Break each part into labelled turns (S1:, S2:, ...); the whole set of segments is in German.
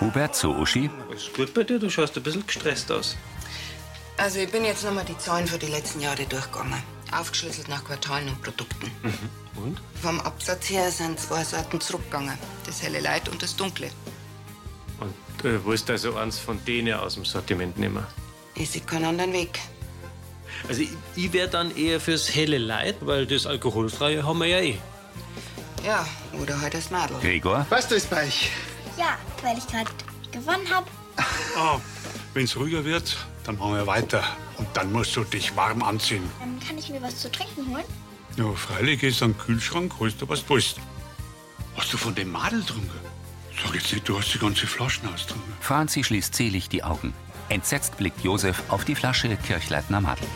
S1: Hubert zu Uschi.
S2: Ist gut bei dir, du schaust ein bisschen gestresst aus.
S3: Also ich bin jetzt nochmal die Zahlen für die letzten Jahre durchgegangen. Aufgeschlüsselt nach Quartalen und Produkten.
S2: Mhm. Und?
S3: Vom Absatz her sind zwei Sorten zurückgegangen. Das helle Leid und das dunkle.
S2: Und äh, willst also eins von denen aus dem Sortiment nehmen?
S3: Ich sehe keinen anderen Weg.
S2: Also ich, ich wäre dann eher fürs helle Leid, weil das Alkoholfreie haben wir ja eh.
S3: Ja, oder halt das Madel.
S1: Gregor.
S4: Was ist bei euch?
S5: Ja, weil ich gerade gewonnen habe.
S6: Ah, wenn's ruhiger wird, dann machen wir weiter. Und dann musst du dich warm anziehen.
S5: Ähm, kann ich mir was zu trinken holen?
S6: Ja, freilich ist am Kühlschrank, holst du was du willst. Hast du von dem Madel getrunken? Sag jetzt nicht, du hast die ganze Flasche ausgetrunken.
S1: Franzi schließt selig die Augen. Entsetzt blickt Josef auf die Flasche Kirchleitner Madel.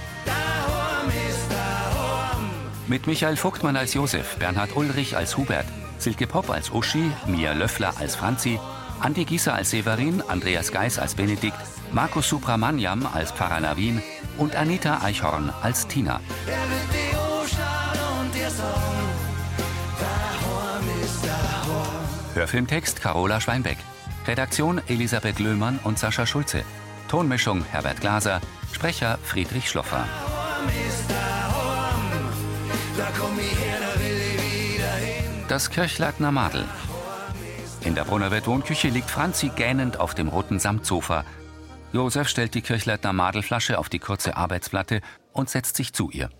S1: Mit Michael Vogtmann als Josef, Bernhard Ulrich als Hubert, Silke Popp als Uschi, Mia Löffler als Franzi, Andi Gieser als Severin, Andreas Geis als Benedikt, Markus Supramaniam als Pfarrer Lawin und Anita Eichhorn als Tina. Hörfilmtext Carola Schweinbeck. Redaktion Elisabeth Löhmann und Sascha Schulze. Tonmischung Herbert Glaser. Sprecher Friedrich Schloffer. Das Kirchleitner Madel. In der Brunnerwirt Wohnküche liegt Franzi gähnend auf dem roten Samtsofa. Josef stellt die Kirchleitner Madelflasche auf die kurze Arbeitsplatte und setzt sich zu ihr.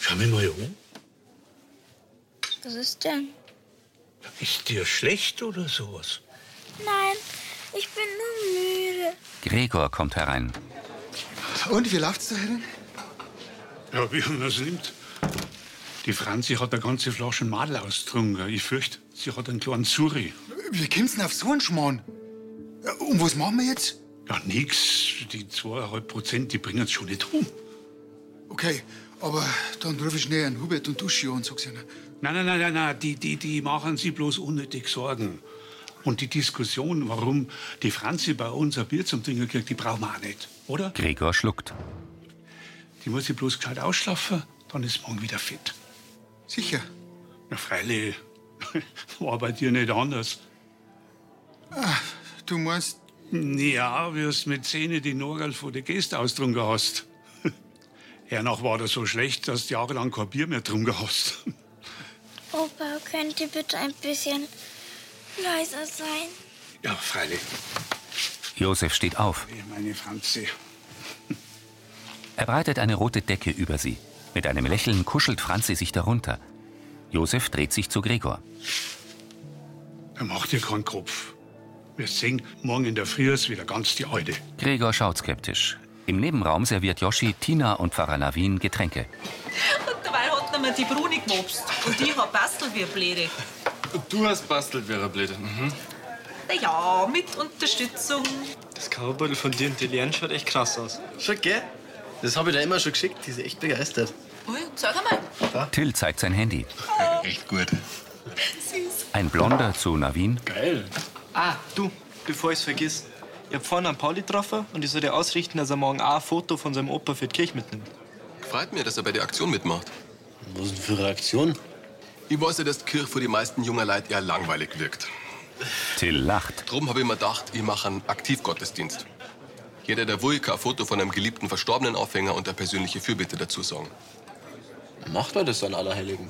S7: Schau mich mal um. an.
S5: Was ist denn?
S7: Ist dir schlecht oder sowas?
S5: Nein, ich bin nur müde.
S1: Gregor kommt herein.
S4: Und wie läuft's da hin?
S6: Ja, wie man das nimmt. Die Franzi hat eine ganze Flasche Madel ausgetrunken. Ich fürchte, sie hat einen kleinen Zuri.
S4: Wie kommt's denn auf so einen Schmarrn? Ja, Und was machen wir jetzt?
S6: Ja, nix. Die zweieinhalb Prozent, die bringen's schon nicht um.
S4: Okay, aber dann rufe ich schnell an Hubert und Uschi an und sag's ihnen.
S6: Nein, nein, nein, nein, nein. Die, die, die machen sie bloß unnötig Sorgen. Und die Diskussion, warum die Franzi bei uns ein Bier zum Trinken kriegt, die brauchen wir auch nicht, oder?
S1: Gregor schluckt.
S6: Die muss sich bloß gescheit ausschlafen, dann ist morgen wieder fit.
S4: Sicher.
S6: Na, freilich. War bei dir nicht anders.
S4: Ah, Du meinst,
S6: Ja, wie du mit Zähne die Norgel vor der Geste ausgetrunken hast. Hernach war das so schlecht, dass du jahrelang kein Bier mehr getrunken hast.
S5: Opa, könnt ihr bitte ein bisschen leiser sein?
S6: Ja, freilich.
S1: Josef steht auf.
S6: Ich meine, Franzi.
S1: Er breitet eine rote Decke über sie. Mit einem Lächeln kuschelt Franzi sich darunter. Josef dreht sich zu Gregor.
S6: Er macht dir keinen Kopf. Wir sehen, morgen in der Früh ist wieder ganz die Alte.
S1: Gregor schaut skeptisch. Im Nebenraum serviert Joschi, Tina und Pfarrer Lawin Getränke.
S8: Und dabei hat er mir die Bruni gemobst. Und ich hab bastelt wie eine Blöde.
S9: Du hast bastelt, wäre blöd. Mhm.
S8: Na ja, mit Unterstützung.
S2: Das Cowboy von dir und die Lehren schaut echt krass aus.
S9: Schon, gell? Das habe ich dir immer schon geschickt. Die ist echt begeistert.
S8: Ui, sag Oh, einmal.
S1: Till zeigt sein Handy.
S7: Echt gut.
S1: Ein Blonder zu Navin.
S9: Geil.
S10: Ah, du, bevor ich's vergiss. Ich hab vorhin einen Pauli getroffen und ich soll dir ausrichten, dass er morgen auch ein Foto von seinem Opa für die Kirche mitnimmt.
S11: Freut mir, dass er bei der Aktion mitmacht.
S7: Was denn für eine Aktion?
S11: Ich weiß ja, dass die Kirche für die meisten junger Leute eher langweilig wirkt.
S1: Till lacht.
S11: Drum habe ich mir gedacht, ich mache einen Aktivgottesdienst. Jeder, der will, kann ein Foto von einem geliebten verstorbenen Aufhänger und der persönliche Fürbitte dazu sagen.
S9: Macht er das an Allerheiligen?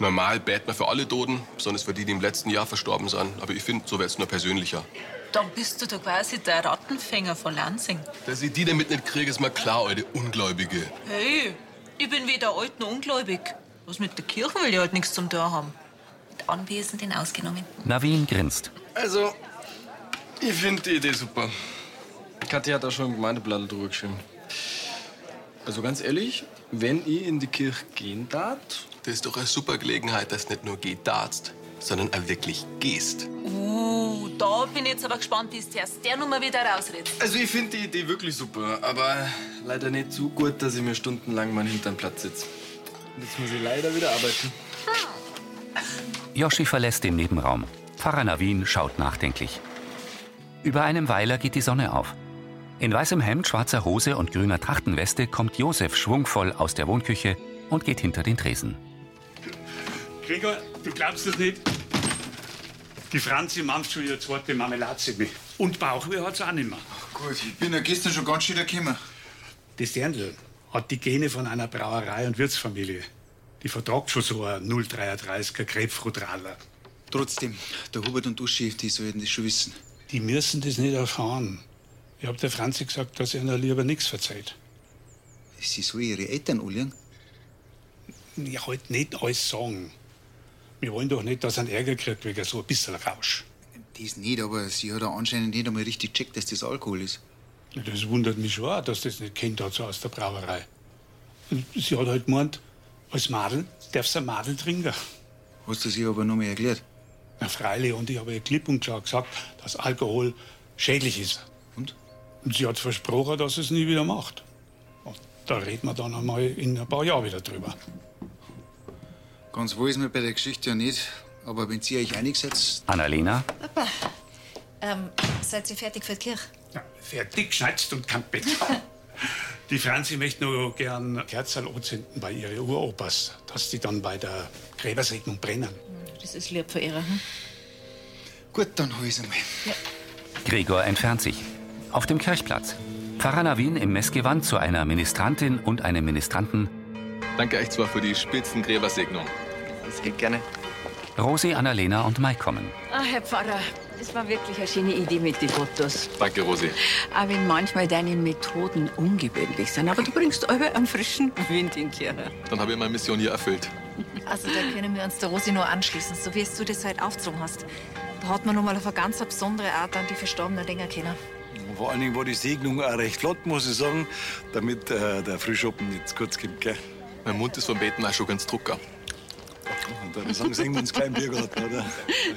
S11: Normal beten wir für alle Toten, besonders für die, die im letzten Jahr verstorben sind. Aber ich finde, so wäre es nur persönlicher.
S8: Dann bist du da quasi der Rattenfänger von Lansing.
S11: Dass ich die damit nicht kriege, ist mir klar, alte Ungläubige.
S8: Hey, ich bin weder alt noch ungläubig. Was mit der Kirche will ich halt nichts zum Tor haben. Mit Anwesenden ausgenommen.
S1: Navin grinst.
S9: Also, ich finde die Idee super. Kathi hat da schon im Gemeindeblatt drüber geschrieben. Also ganz ehrlich, wenn ich in die Kirche gehen darf,
S11: Das ist doch eine super Gelegenheit, dass nicht nur gedarzt, sondern auch wirklich gehst.
S8: Uh, da bin ich jetzt aber gespannt, wie du aus der Nummer wieder rausredest.
S9: Also ich finde die Idee wirklich super, aber leider nicht so gut, dass ich mir stundenlang meinen hinteren Platz sitze. Jetzt muss ich leider wieder arbeiten.
S1: Joschi verlässt den Nebenraum. Pfarrer Navin schaut nachdenklich. Über einem Weiler geht die Sonne auf. In weißem Hemd, schwarzer Hose und grüner Trachtenweste kommt Josef schwungvoll aus der Wohnküche und geht hinter den Tresen.
S6: Gregor, du glaubst es nicht. Die Franzi mampft schon ihre zweite Marmeladsimme. Und Bauchweh hat's auch nicht mehr.
S4: Gut, ich bin ja gestern schon ganz schön gekommen.
S6: Das Dirndl hat die Gene von einer Brauerei- und Wirtsfamilie. Die vertragt schon so ein 0,33er Krebsrutraler.
S4: Trotzdem, der Hubert und Uschi, die sollten das schon wissen.
S6: Die müssen das nicht erfahren. Ich hab der Franzi gesagt, dass er ihnen lieber nichts verzeiht.
S4: Sie soll ihre Eltern anlegen?
S6: Ich halt nicht alles sagen. Wir wollen doch nicht, dass er einen Ärger kriegt wegen so ein bisschen Rausch.
S4: Das nicht, aber sie hat ja anscheinend nicht einmal richtig gecheckt, dass das Alkohol ist.
S6: Ja, Das wundert mich schon, auch, dass das nicht kennt hat, so aus der Brauerei. Und sie hat halt gemeint, als Madel darf sie ein Madel trinken.
S4: Hast du sie aber noch mal erklärt?
S6: Na, freilich, und ich habe ihr klipp und klar gesagt, dass Alkohol schädlich ist.
S4: Und?
S6: Und sie hat versprochen, dass sie es nie wieder macht. Und da reden wir dann einmal in ein paar Jahren wieder drüber.
S4: Ganz wohl ist mir bei der Geschichte ja nicht, aber wenn sie euch einig seid,
S1: Annalena,
S12: Papa, ähm, seid ihr fertig für die Kirche?
S6: Fertig, geschnitzt und kein Bett. Die Franzi möchte nur gern Kerzel anzünden bei ihren Uropas, dass die dann bei der Gräbersegnung brennen.
S12: Hm,
S8: Das ist lieb von ihrer. Hm?
S4: Gut, dann hol ich's einmal.
S1: Gregor entfernt sich. Auf dem Kirchplatz. Pfarrer Navin im Messgewand zu einer Ministrantin und einem Ministranten.
S9: Danke euch zwar für die Spitzengräbersegnung. Sehr gerne.
S1: Rosi, Annalena und Mike kommen.
S13: Ah, Herr Pfarrer, das war wirklich eine schöne Idee mit den Fotos.
S9: Danke, Rosi.
S13: Auch wenn manchmal deine Methoden ungewöhnlich sind. Aber du bringst eure am frischen Wind in die Kirche.
S9: Dann habe ich meine Mission hier erfüllt.
S12: Also, da können wir uns der Rosi nur anschließen, so wie es du das heute aufgezogen hast. Da hat man noch mal auf eine ganz besondere Art an die Verstorbenen länger kennen.
S2: Vor allen Dingen war die Segnung auch recht flott, muss ich sagen, damit äh, der Frühschoppen nicht zu kurz kommt. Gell?
S9: Mein Mund ist vom Beten auch schon ganz drucker.
S2: Und dann sagen, singen wir uns kleinen Biergarten, oder?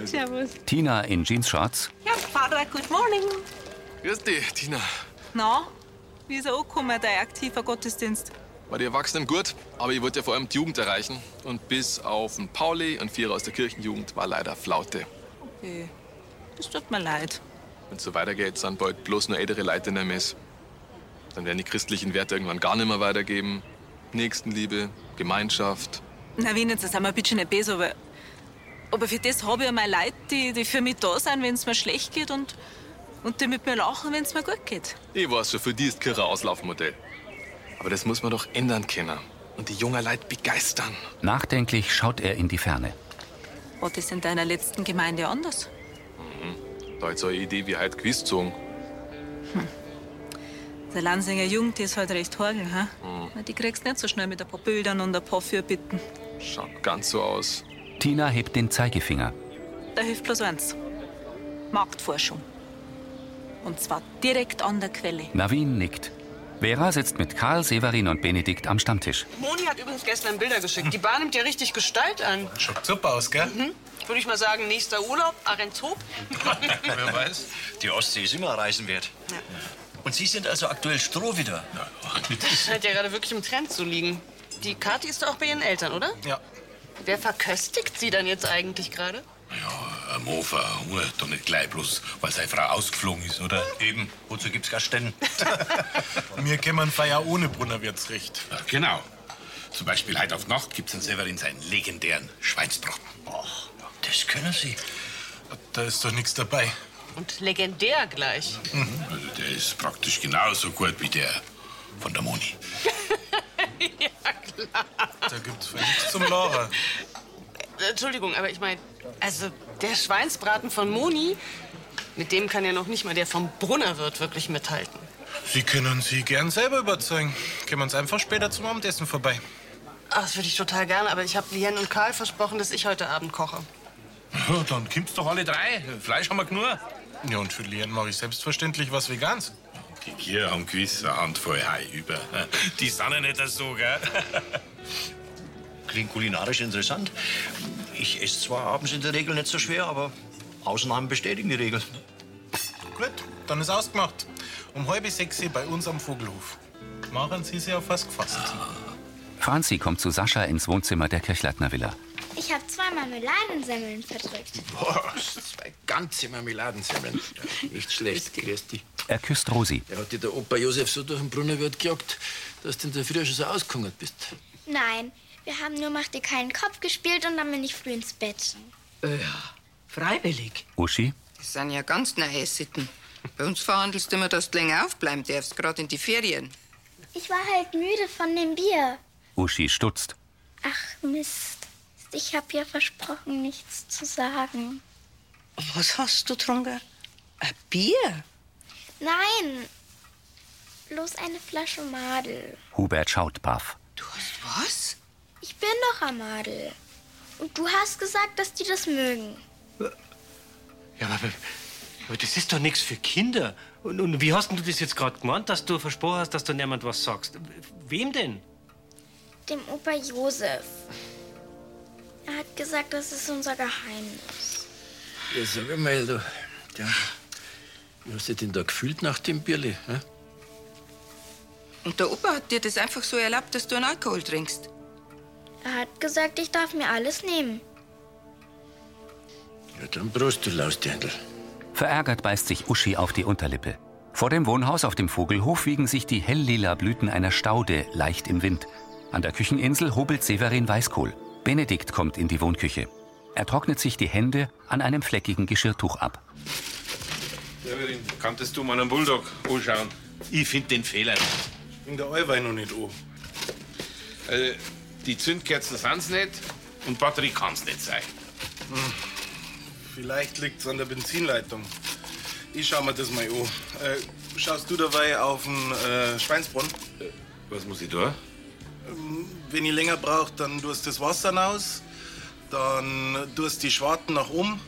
S8: Servus.
S1: Tina in Jeansshorts.
S8: Ja, Vater, good morning.
S9: Grüß dich, Tina.
S8: Na, wie ist er angekommen, dein aktiver Gottesdienst?
S9: Bei den Erwachsenen gut, aber ich wollte ja vor allem die Jugend erreichen. Und bis auf den Pauli und vier aus der Kirchenjugend war leider Flaute.
S8: Okay. Das tut mir leid.
S9: Wenn so weitergeht, sind bald bloß nur ältere Leute in der Mess. Dann werden die christlichen Werte irgendwann gar nicht mehr weitergeben. Nächstenliebe, Gemeinschaft.
S8: Na, wenigstens sind wir ein bisschen nicht besser, aber, aber für das habe ich mal Leute, die, die für mich da sind, wenn es mir schlecht geht und, und die mit mir lachen, wenn es mir gut geht.
S9: Ich weiß schon, für die ist Kirche ein Auslaufmodell. Aber das muss man doch ändern, Kinder. Und die jungen Leute begeistern.
S1: Nachdenklich schaut er in die Ferne.
S8: War das in deiner letzten Gemeinde anders?
S9: Da hat so eine Idee wie heute Quiz gezogen.
S8: Der Lansinger Jugend die ist halt recht horgel, hä?
S9: Hm.
S8: Na, Die kriegst nicht so schnell mit ein paar Bildern und ein paar Fürbitten.
S9: Schaut ganz so aus.
S1: Tina hebt den Zeigefinger.
S8: Da hilft bloß eins. Marktforschung. Und zwar direkt an der Quelle.
S1: Navin nickt. Vera sitzt mit Karl, Severin und Benedikt am Stammtisch.
S10: Moni hat übrigens gestern Bilder geschickt. Die Bahn nimmt ja richtig Gestalt an.
S7: Schaut super aus, gell?
S10: Mhm. Würde ich mal sagen, nächster Urlaub, Arenzhoop.
S7: Wer weiß. Die Ostsee ist immer reisen wert. Und Sie sind also aktuell Stroh wieder?
S10: Das scheint ja gerade wirklich im Trend zu liegen. Die Kathi ist doch auch bei ihren Eltern, oder?
S7: Ja.
S10: Wer verköstigt sie dann jetzt eigentlich gerade?
S7: Äh,
S14: Ein Mofa, Uhr, doch nicht gleich bloß, weil seine Frau ausgeflogen ist, oder? Eben, wozu gibt's gar Stellen?
S7: Wir kämen Feier ohne Brunnerwirtsrecht.
S14: Ja, genau. Zum Beispiel heute auf Nacht gibt's in Severin seinen legendären Schweinsbraten. Ach,
S7: Das können Sie. Da ist doch nichts dabei.
S10: Und legendär gleich.
S14: also der ist praktisch genauso gut wie der von der Moni.
S10: ja, klar.
S7: Da gibt's nichts zum Lachen.
S10: Äh, Entschuldigung, aber ich meine, also der Schweinsbraten von Moni, mit dem kann ja noch nicht mal der vom Brunnerwirt wirklich mithalten.
S7: Sie können Sie gern selber überzeugen. Kämen uns einfach später zum Abendessen vorbei.
S10: Ach, das würde ich total gerne, aber ich habe Lien und Karl versprochen, dass ich heute Abend koche.
S7: Ja, dann kommt's doch alle drei. Fleisch haben wir genug. Ja, und für Lehren mache ich selbstverständlich was Vegans.
S14: Die Kier haben gewiss eine Handvoll Hai über. Die sind ja nicht so, gell?
S7: Klingt kulinarisch interessant. Ich esse zwar abends in der Regel nicht so schwer, aber Ausnahmen bestätigen die Regel. Gut, dann ist ausgemacht. Um halb sechs bei uns am Vogelhof. Machen Sie sich auf was gefasst.
S1: Franzi kommt zu Sascha ins Wohnzimmer der Kirchleitner Villa.
S5: Ich habe zwei Marmeladensemmeln verdrückt.
S15: Was? Zwei ganze Marmeladensemmeln. Ja, nicht schlecht, grüß dich.
S1: Er küsst Rosi.
S15: Der hat dir der Opa Josef so durch den Brunnerwirt gejagt, dass du in der Früh schon so ausgehungert bist.
S5: Nein, Wir haben nur Mach dir keinen Kopf gespielt und dann bin ich früh ins Bett.
S15: Äh,
S3: Ja, freiwillig.
S1: Uschi,
S3: Das sind ja ganz neue Sitten. Bei uns verhandelst du immer, dass du länger aufbleiben darfst, gerade in die Ferien.
S5: Ich war halt müde von dem Bier.
S1: Uschi stutzt.
S5: Ach Mist. Ich habe ja versprochen, nichts zu sagen.
S13: Was hast du getrunken? Ein Bier?
S5: Nein. Bloß eine Flasche Madel.
S1: Hubert schaut baff.
S5: Was? Ich bin doch am Madel. Und du hast gesagt, dass die das mögen.
S2: Ja, aber, aber das ist doch nichts für Kinder. Und, und wie hast denn du das jetzt gerade gemeint, dass du versprochen hast, dass du niemand was sagst? Wem denn?
S5: Dem Opa Josef. Er hat gesagt, das ist unser Geheimnis.
S15: Ja, sag mal, du. Ja, wie hast du dich denn da gefühlt nach dem Bierli? Hä?
S3: Und der Opa hat dir das einfach so erlaubt, dass du einen Alkohol trinkst.
S5: Er hat gesagt, ich darf mir alles nehmen.
S15: Ja, dann Prost, du Lausdirndl.
S1: Verärgert beißt sich Uschi auf die Unterlippe. Vor dem Wohnhaus auf dem Vogelhof wiegen sich die helllila Blüten einer Staude leicht im Wind. An der Kücheninsel hobelt Severin Weißkohl. Benedikt kommt in die Wohnküche. Er trocknet sich die Hände an einem fleckigen Geschirrtuch ab.
S16: Severin, kanntest du meinen Bulldog anschauen? Ich finde den Fehler nicht.
S7: In der Allwein noch nicht an.
S14: Äh,
S16: Also, die Zündkerzen sind's nicht und Batterie kann's nicht sein.
S7: Hm. Vielleicht liegt's an der Benzinleitung. Ich schau mir das mal an. Äh, schaust du dabei auf den äh, Schweinsbrunnen?
S16: Was muss ich da?
S7: Ähm, Wenn ihr länger braucht, dann tust das Wasser raus, dann tust die Schwarten nach oben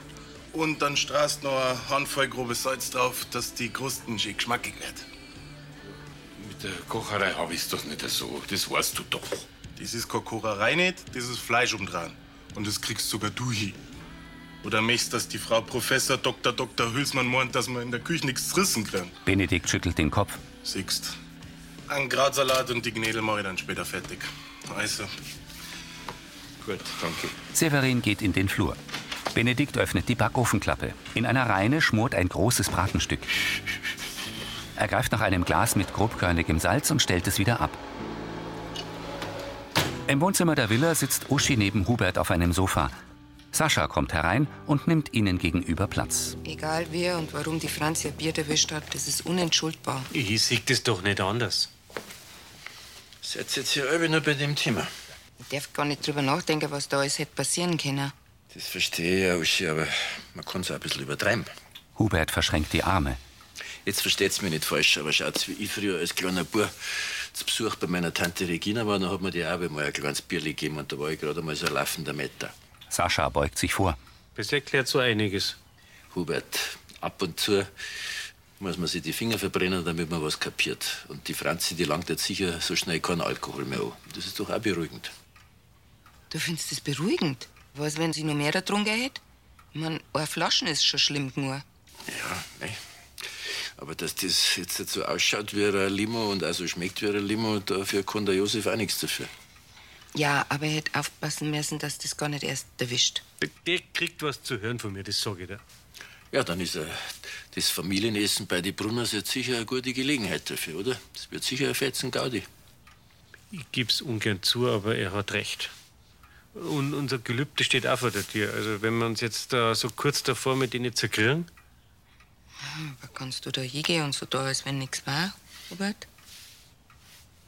S7: und dann strahlst noch eine Handvoll grobes Salz drauf, dass die Krusten schön geschmackig wird.
S16: Mit der Kocherei hab ich's doch nicht so. Das weißt du doch.
S7: Das ist keine Kocherei nicht, das ist Fleisch umdran. Und das kriegst sogar du hin. Oder möchtest, dass die Frau Professor Dr. Dr. Hülsmann meint, dass man in der Küche nichts rissen kann?
S1: Benedikt schüttelt den Kopf.
S7: Siehst. Ein Gradsalat und die Gnädel mache ich dann später fertig. Also.
S16: Gut, danke.
S1: Severin geht in den Flur. Benedikt öffnet die Backofenklappe. In einer Reine schmort ein großes Bratenstück. Er greift nach einem Glas mit grobkörnigem Salz und stellt es wieder ab. Im Wohnzimmer der Villa sitzt Uschi neben Hubert auf einem Sofa. Sascha kommt herein und nimmt ihnen gegenüber Platz.
S3: Egal wer und warum die Franzi ein Bier erwischt hat, das ist unentschuldbar.
S2: Ich sehe das doch nicht anders.
S15: Seid jetzt hier alle nur bei dem Thema.
S3: Ich darf gar nicht drüber nachdenken, was da alles hätte passieren können.
S15: Das verstehe ich, Uschi, aber man kann es auch ein bisschen übertreiben.
S1: Hubert verschränkt die Arme.
S15: Jetzt versteht's mich nicht falsch, aber schaut, wie ich früher als kleiner Bub zu Besuch bei meiner Tante Regina war, dann hat mir die auch mal ein kleines Bierli gegeben und da war ich gerade mal so ein laufender Meter.
S1: Sascha beugt sich vor.
S2: Das erklärt so einiges.
S15: Hubert, ab und zu muss man sich die Finger verbrennen, damit man was kapiert. Und die Franzi, die langt jetzt sicher so schnell keinen Alkohol mehr an. Das ist doch auch beruhigend.
S3: Du findest das beruhigend? Was, wenn sie noch mehr getrunken hätte? Ich mein, eine Flaschen ist schon schlimm genug.
S15: Ja, ne? Aber dass das jetzt nicht so ausschaut wie ein Limo und also schmeckt wie ein Limo, dafür kann der Josef auch nichts dafür.
S3: Ja, aber ich hätte aufpassen müssen, dass das gar nicht erst erwischt.
S2: Der kriegt was zu hören von mir, das sage ich dir.
S15: Ja, dann ist äh, das Familienessen bei den Brunners jetzt sicher eine gute Gelegenheit dafür, oder? Das wird sicher ein fetzen Gaudi.
S2: Ich geb's ungern zu, aber er hat recht. Und unser Gelübde steht auch vor der Tür. Also, wenn wir uns jetzt da so kurz davor mit denen zergrillen.
S3: Hm, Aber kannst du da hingehen und so da, als wenn nichts war, Robert?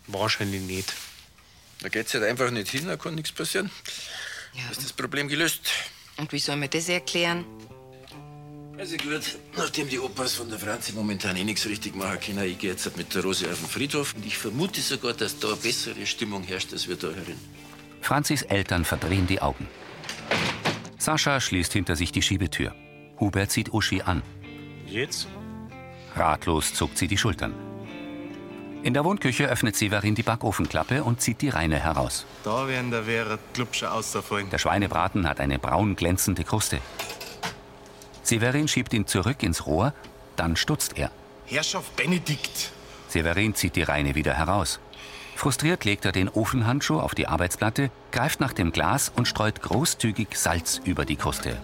S2: Wahrscheinlich nicht.
S15: Da geht's halt einfach nicht hin, da kann nichts passieren. Ist das Problem gelöst?
S3: Und wie soll man das erklären?
S15: Also gut, nachdem die Opas von der Franzi momentan eh nichts richtig machen können, ich gehe jetzt halt mit der Rose auf den Friedhof und ich vermute sogar, dass da eine bessere Stimmung herrscht, als wir da herin.
S1: Franzis Eltern verdrehen die Augen. Sascha schließt hinter sich die Schiebetür. Hubert sieht Uschi an.
S2: Jetzt?
S1: Ratlos zuckt sie die Schultern. In der Wohnküche öffnet Severin die Backofenklappe und zieht die Reine heraus.
S17: Da werden der Vera Klubscher ausgefallen.
S1: Der Schweinebraten hat eine braun glänzende Kruste. Severin schiebt ihn zurück ins Rohr, dann stutzt er.
S17: Herrschaft Benedikt.
S1: Severin zieht die Reine wieder heraus. Frustriert legt er den Ofenhandschuh auf die Arbeitsplatte, greift nach dem Glas und streut großzügig Salz über die Kruste.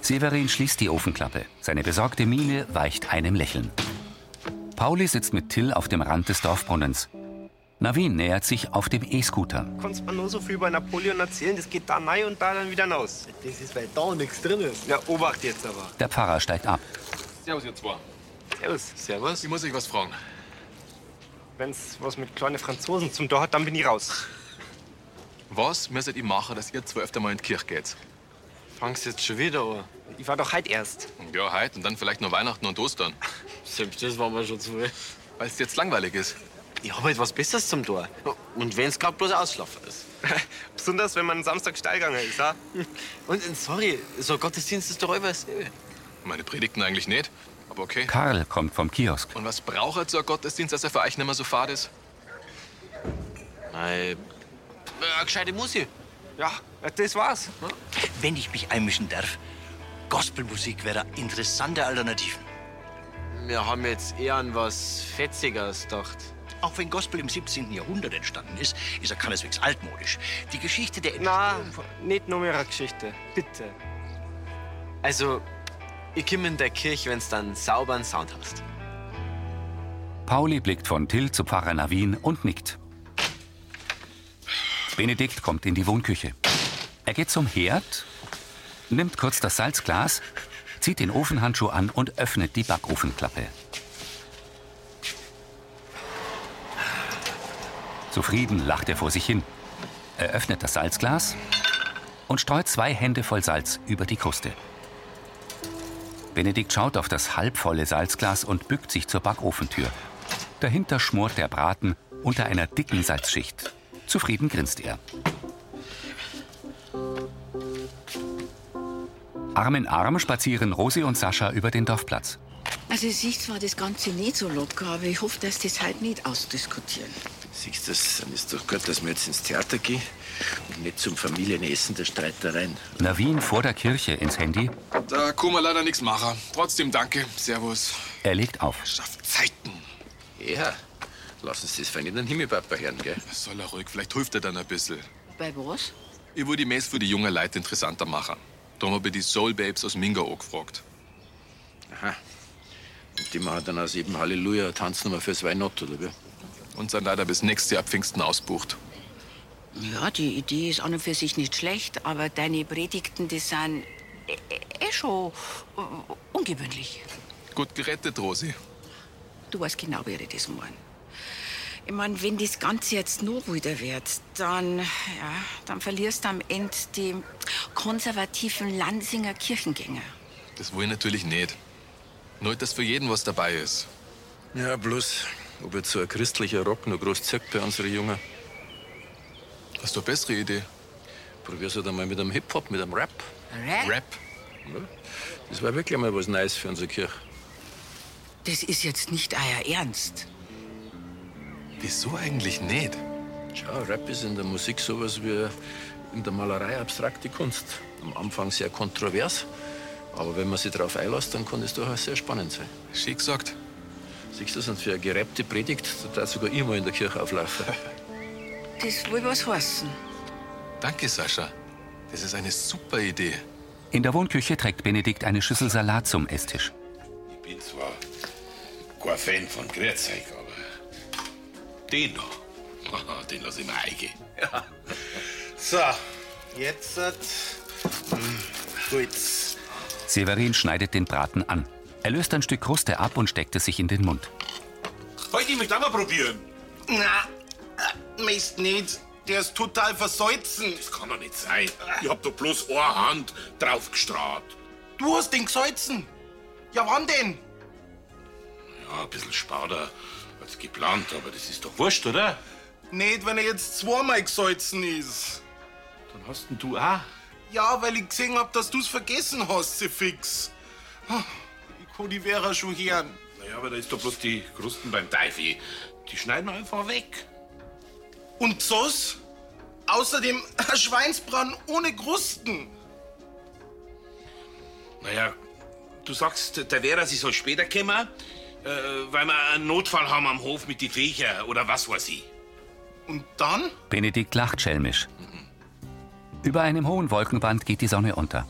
S1: Severin schließt die Ofenklappe. Seine besorgte Miene weicht einem Lächeln. Pauli sitzt mit Till auf dem Rand des Dorfbrunnens. Navin nähert sich auf dem E-Scooter.
S18: Kannst man nur so viel über Napoleon erzählen, das geht da rein und da dann wieder raus. Das ist, weil da nichts drin ist. Ja, obacht jetzt aber.
S1: Der Pfarrer steigt ab.
S18: Servus, ihr zwei. Servus. Servus. Ich muss euch was fragen. Wenn's was mit kleinen Franzosen zum Tor hat, dann bin ich raus.
S9: Was müsstet ihr machen, dass ihr zwei öfter mal in die Kirche geht?
S18: Fangst jetzt schon wieder an? Ich war doch heute erst.
S9: Ja, heute und dann vielleicht noch Weihnachten und Ostern. Selbst das war mir schon zu weh. Weil es jetzt langweilig ist.
S18: Ich hab halt was Besseres zum Tor. Und wenn's gerade bloß Ausschlafen ist. Besonders, wenn man am Samstag steil gegangen ist, ah. ha? Und äh, sorry, so Gottesdienst ist doch immer dasselbe.
S9: Meine Predigten eigentlich nicht, aber okay.
S1: Karl kommt vom Kiosk.
S9: Und was braucht er zur Gottesdienst, dass er für euch nicht mehr so fad ist?
S15: Nein.
S18: Äh, gescheite Musik. Ja, das war's.
S15: Wenn ich mich einmischen darf, Gospelmusik wäre eine interessante Alternative.
S18: Wir haben jetzt eher an was Fetzigeres gedacht.
S15: Auch wenn Gospel im 17. Jahrhundert entstanden ist, ist er keineswegs altmodisch. Die Geschichte der
S18: Na, nicht nur mehr eine Geschichte. Bitte. Also, ich komme in der Kirche, wenn's dann sauberen Sound hast.
S1: Pauli blickt von Till zu Pfarrer Navin und nickt. Benedikt kommt in die Wohnküche. Er geht zum Herd, nimmt kurz das Salzglas, zieht den Ofenhandschuh an und öffnet die Backofenklappe. Zufrieden lacht er vor sich hin. Er öffnet das Salzglas und streut zwei Hände voll Salz über die Kruste. Benedikt schaut auf das halbvolle Salzglas und bückt sich zur Backofentür. Dahinter schmort der Braten unter einer dicken Salzschicht. Zufrieden grinst er. Arm in Arm spazieren Rosi und Sascha über den Dorfplatz.
S13: Also ich sehe zwar das Ganze nicht so locker, aber ich hoffe, dass das halt nicht ausdiskutieren.
S15: Siehst du, das, dann ist doch gut, dass wir jetzt ins Theater gehen und nicht zum Familienessen der Streitereien.
S1: Navin vor der Kirche ins Handy.
S9: Da kann man leider nichts machen. Trotzdem danke. Servus.
S1: Er legt auf.
S9: Zeiten.
S15: Ja, lass uns das fein in den Himmelpapa hören, gell?
S9: Soll er ruhig, vielleicht hilft er dann ein bisschen.
S13: Bei was?
S9: Ich will die Mess für die jungen Leute interessanter machen. Darum habe ich die Soul Babes aus Mingau angefragt.
S15: Aha. Und die machen dann aus eben Halleluja, tanzen wir fürs Weihnacht, oder wie?
S9: Und sind leider bis nächstes Jahr Pfingsten ausbucht.
S13: Ja, die Idee ist an und für sich nicht schlecht, aber deine Predigten, die sind eh, eh eh schon äh, ungewöhnlich.
S9: Gut gerettet, Rosi.
S13: Du weißt genau, wie ich das meine. Ich meine, wenn das Ganze jetzt nur wieder wird, dann, ja, dann verlierst du am Ende die konservativen Lansinger Kirchengänger.
S9: Das will ich natürlich nicht. Nur, dass für jeden was dabei ist.
S15: Ja, bloß, ob jetzt so ein christlicher Rock noch groß zirkt bei unseren Jungen.
S9: Hast du eine bessere Idee?
S15: Probier's halt einmal mit einem Hip-Hop, mit einem Rap.
S13: Rap?
S15: Ja, Das war wirklich mal was Neues für unsere Kirche.
S13: Das ist jetzt nicht euer Ernst.
S9: Wieso eigentlich nicht?
S15: Schau, Rap ist in der Musik sowas wie in der Malerei abstrakte Kunst. Am Anfang sehr kontrovers, aber wenn man sich darauf einlässt, dann kann es durchaus sehr spannend sein.
S9: Schick gesagt.
S15: Siehst du, und für eine gerappte Predigt, da darf sogar ich mal in der Kirche auflaufen.
S13: Das will was heißen.
S9: Danke, Sascha. Das ist eine super Idee.
S1: In der Wohnküche trägt Benedikt eine Schüssel Salat zum Esstisch.
S14: Ich bin zwar kein Fan von Grünzeug, aber den noch, Haha, den lasse ich mir eingehen. Ja.
S7: So, jetzt hat. Gut.
S1: Severin schneidet den Braten an. Er löst ein Stück Kruste ab und steckt es sich in den Mund.
S7: Heute ich möchte auch mal probieren. Na, äh, möchtest nicht. Der ist total versalzen.
S14: Das kann doch nicht sein. Ich hab doch bloß eine Hand draufgestrahlt.
S7: Du hast den gesalzen. Ja, wann denn?
S14: Ja, ein bisschen spauder als geplant, aber das ist doch wurscht, oder?
S7: Nicht, wenn er jetzt zweimal gesalzen ist.
S14: Dann hast denn du auch.
S7: Ja, weil ich gesehen hab, dass du's vergessen hast, sie fix. Ich kann die Vera schon hören.
S14: Naja, aber da ist doch bloß die Krusten beim Teufel. Die schneiden wir einfach weg.
S7: Und Sauce? Außerdem ein Schweinsbraten ohne Krusten.
S14: Naja, du sagst, der Vera, sie soll später kommen, äh, weil wir einen Notfall haben am Hof mit die Viecher oder was weiß ich.
S7: Und dann?
S1: Benedikt lacht schelmisch. Über einem hohen Wolkenband geht die Sonne unter.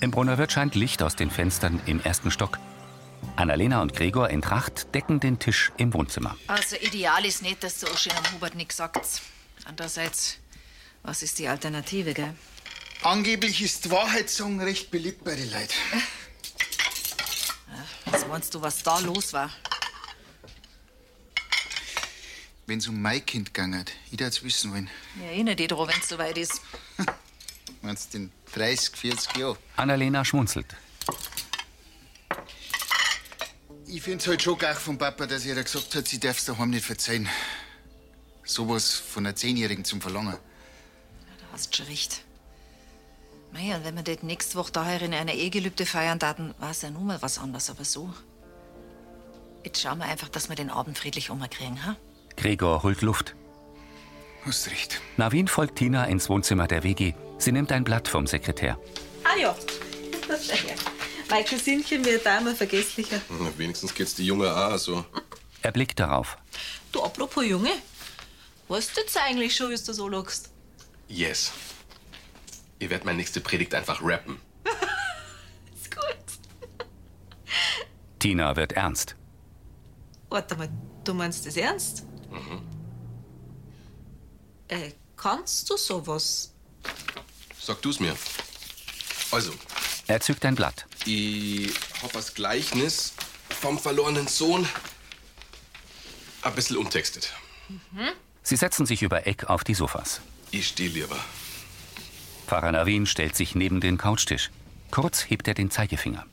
S1: Im Brunnerwirt scheint Licht aus den Fenstern im ersten Stock. Annalena und Gregor in Tracht decken den Tisch im Wohnzimmer.
S12: Also ideal ist nicht, dass der Oschin am Hubert nichts sagt. Andererseits, was ist die Alternative, gell?
S4: Angeblich ist Wahrheitssong recht beliebt bei den Leuten.
S12: Was meinst du, was da los war?
S4: Wenn's um mein Kind gegangen hat, ich hätte wissen wollen.
S12: Ich erinnere dich daran, wenn es soweit ist.
S4: Meinst du, in 30, 40 Jahren?
S1: Annalena schmunzelt.
S4: Ich find's halt schon gach vom Papa, dass er gesagt hat, sie darf's daheim nicht verzeihen. Sowas von einer Zehnjährigen zum Verlangen.
S12: Da hast du schon recht. Mei, und wenn wir das nächste Woche daher in einer Ehegelübde feiern, dann war es ja nun mal was anderes, aber so. Jetzt schauen wir einfach, dass wir den Abend friedlich umkriegen, ha?
S1: Gregor holt Luft.
S4: Hast recht.
S1: Navin folgt Tina ins Wohnzimmer der WG. Sie nimmt ein Blatt vom Sekretär.
S8: Ah ja, das ist ja her. Mein Cousinchen wird da immer vergesslicher.
S11: Na, wenigstens geht's die Junge auch so.
S1: Er blickt darauf.
S8: Du, apropos Junge, weißt du jetzt eigentlich schon, wie du so lockst?
S11: Yes. Ihr werdet meine nächste Predigt einfach rappen.
S8: Ist gut.
S1: Tina wird ernst.
S8: Warte mal, du meinst das ernst?
S11: Mhm.
S8: Äh, kannst du sowas?
S11: Sag du's mir. Also,
S1: Er zückt ein Blatt.
S11: ich hab das Gleichnis vom verlorenen Sohn ein bisschen umtextet.
S1: Sie setzen sich über Eck auf die Sofas.
S11: Ich steh lieber.
S1: Pfarrer Navin stellt sich neben den Couchtisch. Kurz hebt er den Zeigefinger.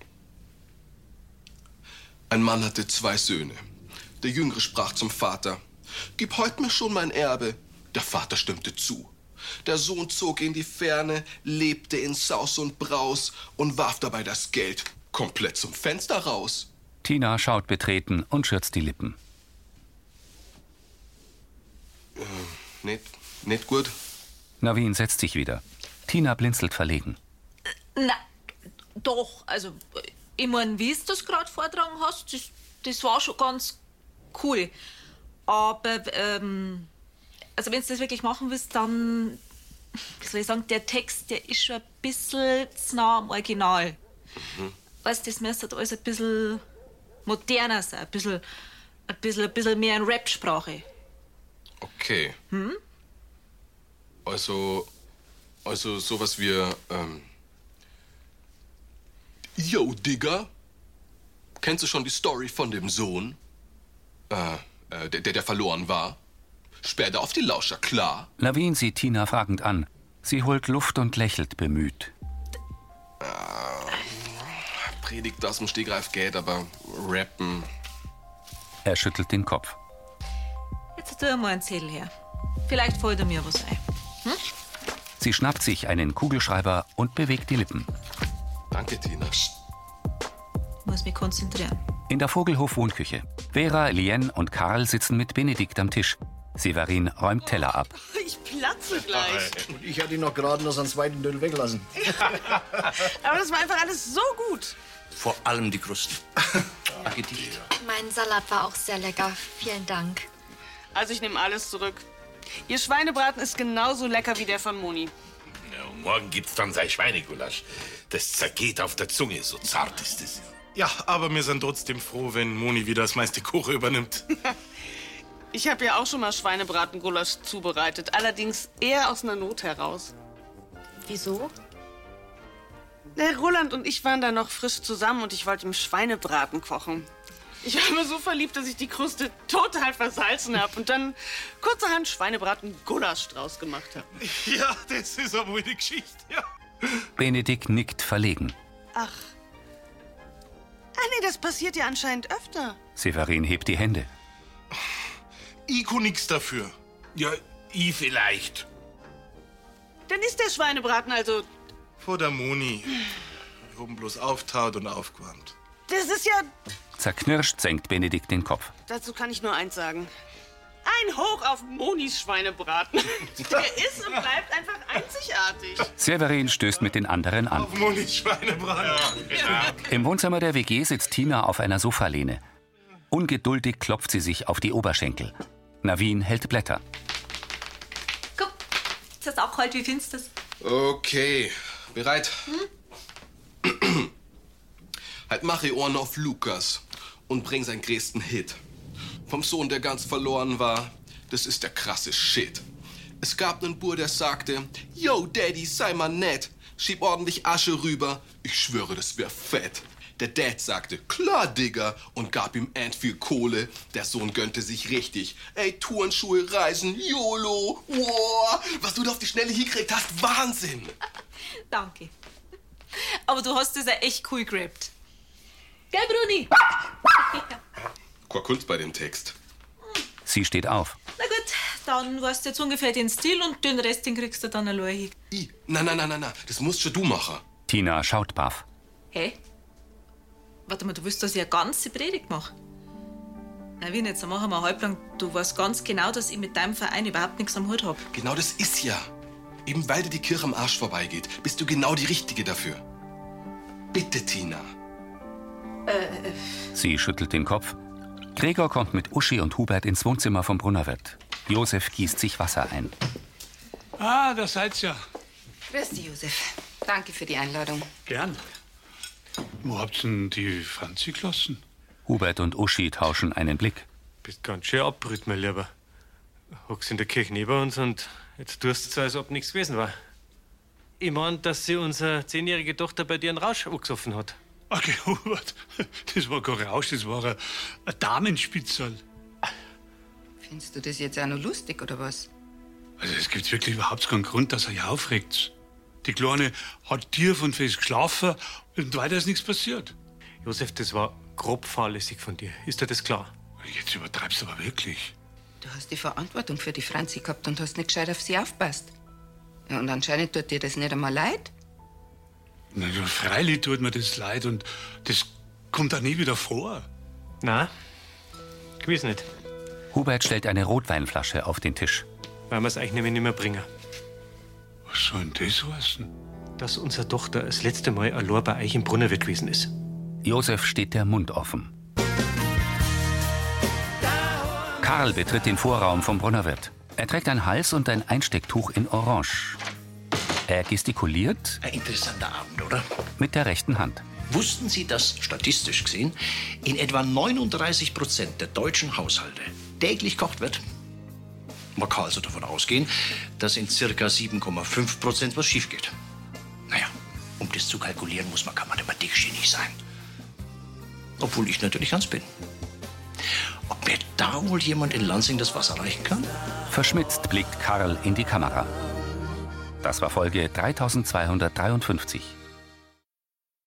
S11: Ein Mann hatte zwei Söhne. Der Jüngere sprach zum Vater: Gib heut mir schon mein Erbe. Der Vater stimmte zu. Der Sohn zog in die Ferne, lebte in Saus und Braus und warf dabei das Geld komplett zum Fenster raus.
S1: Tina schaut betreten und schürzt die Lippen.
S11: Äh, nicht, nicht gut.
S1: Navin setzt sich wieder. Tina blinzelt verlegen.
S8: Na, doch. Also, ich mein, wie du das gerade vortragen hast, das, das war schon ganz cool. Aber, ähm, also, wenn du das wirklich machen willst, dann, wie soll ich sagen, der Text, der ist schon ein bisschen zu nah am Original. Weißt du, das müsste halt alles ein bisschen moderner sein, ein bisschen, ein bisschen, ein bisschen mehr in Rap-Sprache.
S11: Okay.
S8: Hm?
S11: Also, also sowas wie, ähm, Yo, Digga, kennst du schon die Story von dem Sohn? Äh, äh, der, der der verloren war? Später auf die Lauscher, klar.
S1: Navin sieht Tina fragend an. Sie holt Luft und lächelt bemüht.
S11: Predigt aus dem Stegreif geht, aber rappen.
S1: Er schüttelt den Kopf.
S8: Jetzt tu mal einen Zettel her. Vielleicht fällt dir mir was ein. Hm?
S1: Sie schnappt sich einen Kugelschreiber und bewegt die Lippen.
S11: Danke, Tina.
S8: Muss mich konzentrieren.
S1: In der Vogelhof-Wohnküche. Vera, Lien und Karl sitzen mit Benedikt am Tisch. Severin räumt Teller ab.
S10: Ich platze gleich.
S19: Und ich hätte ihn noch gerade noch so einen zweiten Dödel weglassen.
S10: Aber das war einfach alles so gut.
S15: Vor allem die Krusten. Ein Gedicht.
S10: Mein Salat war auch sehr lecker. Vielen Dank. Also ich nehme alles zurück. Ihr Schweinebraten ist genauso lecker wie der von Moni.
S14: Ja, und morgen gibt's dann sein Schweinegulasch. Das zergeht auf der Zunge, so zart ist es.
S16: Ja, aber wir sind trotzdem froh, wenn Moni wieder das meiste Kuchen übernimmt.
S10: Ich habe ja auch schon mal Schweinebratengulasch zubereitet. Allerdings eher aus einer Not heraus. Wieso? Der Roland und ich waren da noch frisch zusammen und ich wollte ihm Schweinebraten kochen. Ich war mir so verliebt, dass ich die Kruste total versalzen habe und dann kurzerhand Schweinebraten-Gulasch draus gemacht habe.
S16: Ja, das ist aber wohl die Geschichte. Ja.
S1: Benedikt nickt verlegen.
S10: Ach. Ah, nee, das passiert ja anscheinend öfter.
S1: Severin hebt die Hände.
S16: Ich kann nix dafür. Ja, ich vielleicht.
S10: Dann ist der Schweinebraten also.
S16: Vor der Moni. Ich hab ihn bloß auftaut und aufgewärmt.
S10: Das ist ja.
S1: Zerknirscht senkt Benedikt den Kopf.
S10: Dazu kann ich nur eins sagen. Ein Hoch auf Monis Schweinebraten. Der ist und bleibt einfach einzigartig.
S1: Severin stößt mit den anderen an.
S16: Moni Schweinebraten. Ja. genau.
S1: Im Wohnzimmer der WG sitzt Tina auf einer Sofalehne. Ungeduldig klopft sie sich auf die Oberschenkel. Navin hält Blätter.
S8: Ist das auch kalt? Wie findest du das?
S11: Okay, bereit. Halt mache ich Ohren auf Lukas und bring seinen größten Hit. Vom Sohn, der ganz verloren war, das ist der krasse Shit. Es gab nen Bur, der sagte, Yo, Daddy, sei mal nett. Schieb ordentlich Asche rüber. Ich schwöre, das wär fett. Der Dad sagte, klar, Digga, und gab ihm end viel Kohle. Der Sohn gönnte sich richtig. Ey, Turnschuhe, Reisen, YOLO, wow, was du da auf die Schnelle hingekriegt hast, Wahnsinn.
S8: Danke. Aber du hast es ja echt cool gerappt. Gell, Bruni?
S11: Keine Kunst bei dem Text.
S1: Sie steht auf.
S8: Na gut, dann weißt du jetzt ungefähr den Stil und den Rest den kriegst du dann allein hin.
S11: Na, na, na, na, na, das musst schon du machen.
S1: Tina schaut baff.
S8: Hä? Warte mal, du willst, dass ich eine ganze Predigt mache? Na, wie nicht, dann machen wir halblang. Du weißt ganz genau, dass ich mit deinem Verein überhaupt nichts am Hut hab.
S11: Genau das ist ja. Eben weil dir die Kirche am Arsch vorbeigeht, bist du genau die Richtige dafür. Bitte, Tina.
S8: Äh,
S1: Sie schüttelt den Kopf. Gregor kommt mit Uschi und Hubert ins Wohnzimmer vom Brunnerwirt. Josef gießt sich Wasser ein.
S20: Ah, da seid's ja.
S3: Grüß dich, Josef. Danke für die Einladung.
S20: Gern.
S6: Wo habt ihr denn die Franzi gelassen?
S1: Hubert und Uschi tauschen einen Blick.
S2: Bist ganz schön abbrüht, mein Lieber. Hockst in der Kirche neben uns und jetzt tust du so, als ob nichts gewesen war. Ich mein, dass sie unsere zehnjährige Tochter bei dir einen Rausch angesoffen hat.
S6: Okay, Hubert, das war kein Rausch, das war ein, ein Damenspitzel.
S3: Findest du das jetzt auch noch lustig, oder was?
S6: Also es gibt wirklich überhaupt keinen Grund, dass er euch aufregt. Die Kleine hat tief und fest geschlafen und weiter ist nichts passiert.
S2: Josef, das war grob fahrlässig von dir. Ist dir das klar?
S6: Jetzt übertreibst du aber wirklich.
S3: Du hast die Verantwortung für die Franzi gehabt und hast nicht gescheit auf sie aufpasst. Ja, und anscheinend tut dir das nicht einmal leid.
S6: Na, ja, freilich tut mir das leid und das kommt auch nie wieder vor.
S2: Na, gewiss nicht.
S1: Hubert stellt eine Rotweinflasche auf den Tisch.
S2: Weil wir es eigentlich nämlich nicht mehr bringen.
S6: Was soll denn das heißen?
S2: Dass unsere Tochter das letzte Mal allein bei euch im Brunnerwirt gewesen ist.
S1: Josef steht der Mund offen. Karl betritt den Vorraum vom Brunnerwirt. Er trägt ein Hals- und ein Einstecktuch in Orange. Er gestikuliert
S19: Ein interessanter Abend, oder?
S1: mit der rechten Hand.
S19: Wussten Sie, dass statistisch gesehen in etwa 39 Prozent der deutschen Haushalte täglich gekocht wird? Man kann also davon ausgehen, dass in circa 7,5 Prozent was schief geht. Naja, um das zu kalkulieren, muss man kein Mathematikgenie sein. Obwohl ich natürlich ganz bin. Ob mir da wohl jemand in Lansing das Wasser reichen kann?
S1: Verschmitzt blickt Karl in die Kamera. Das war Folge 3253.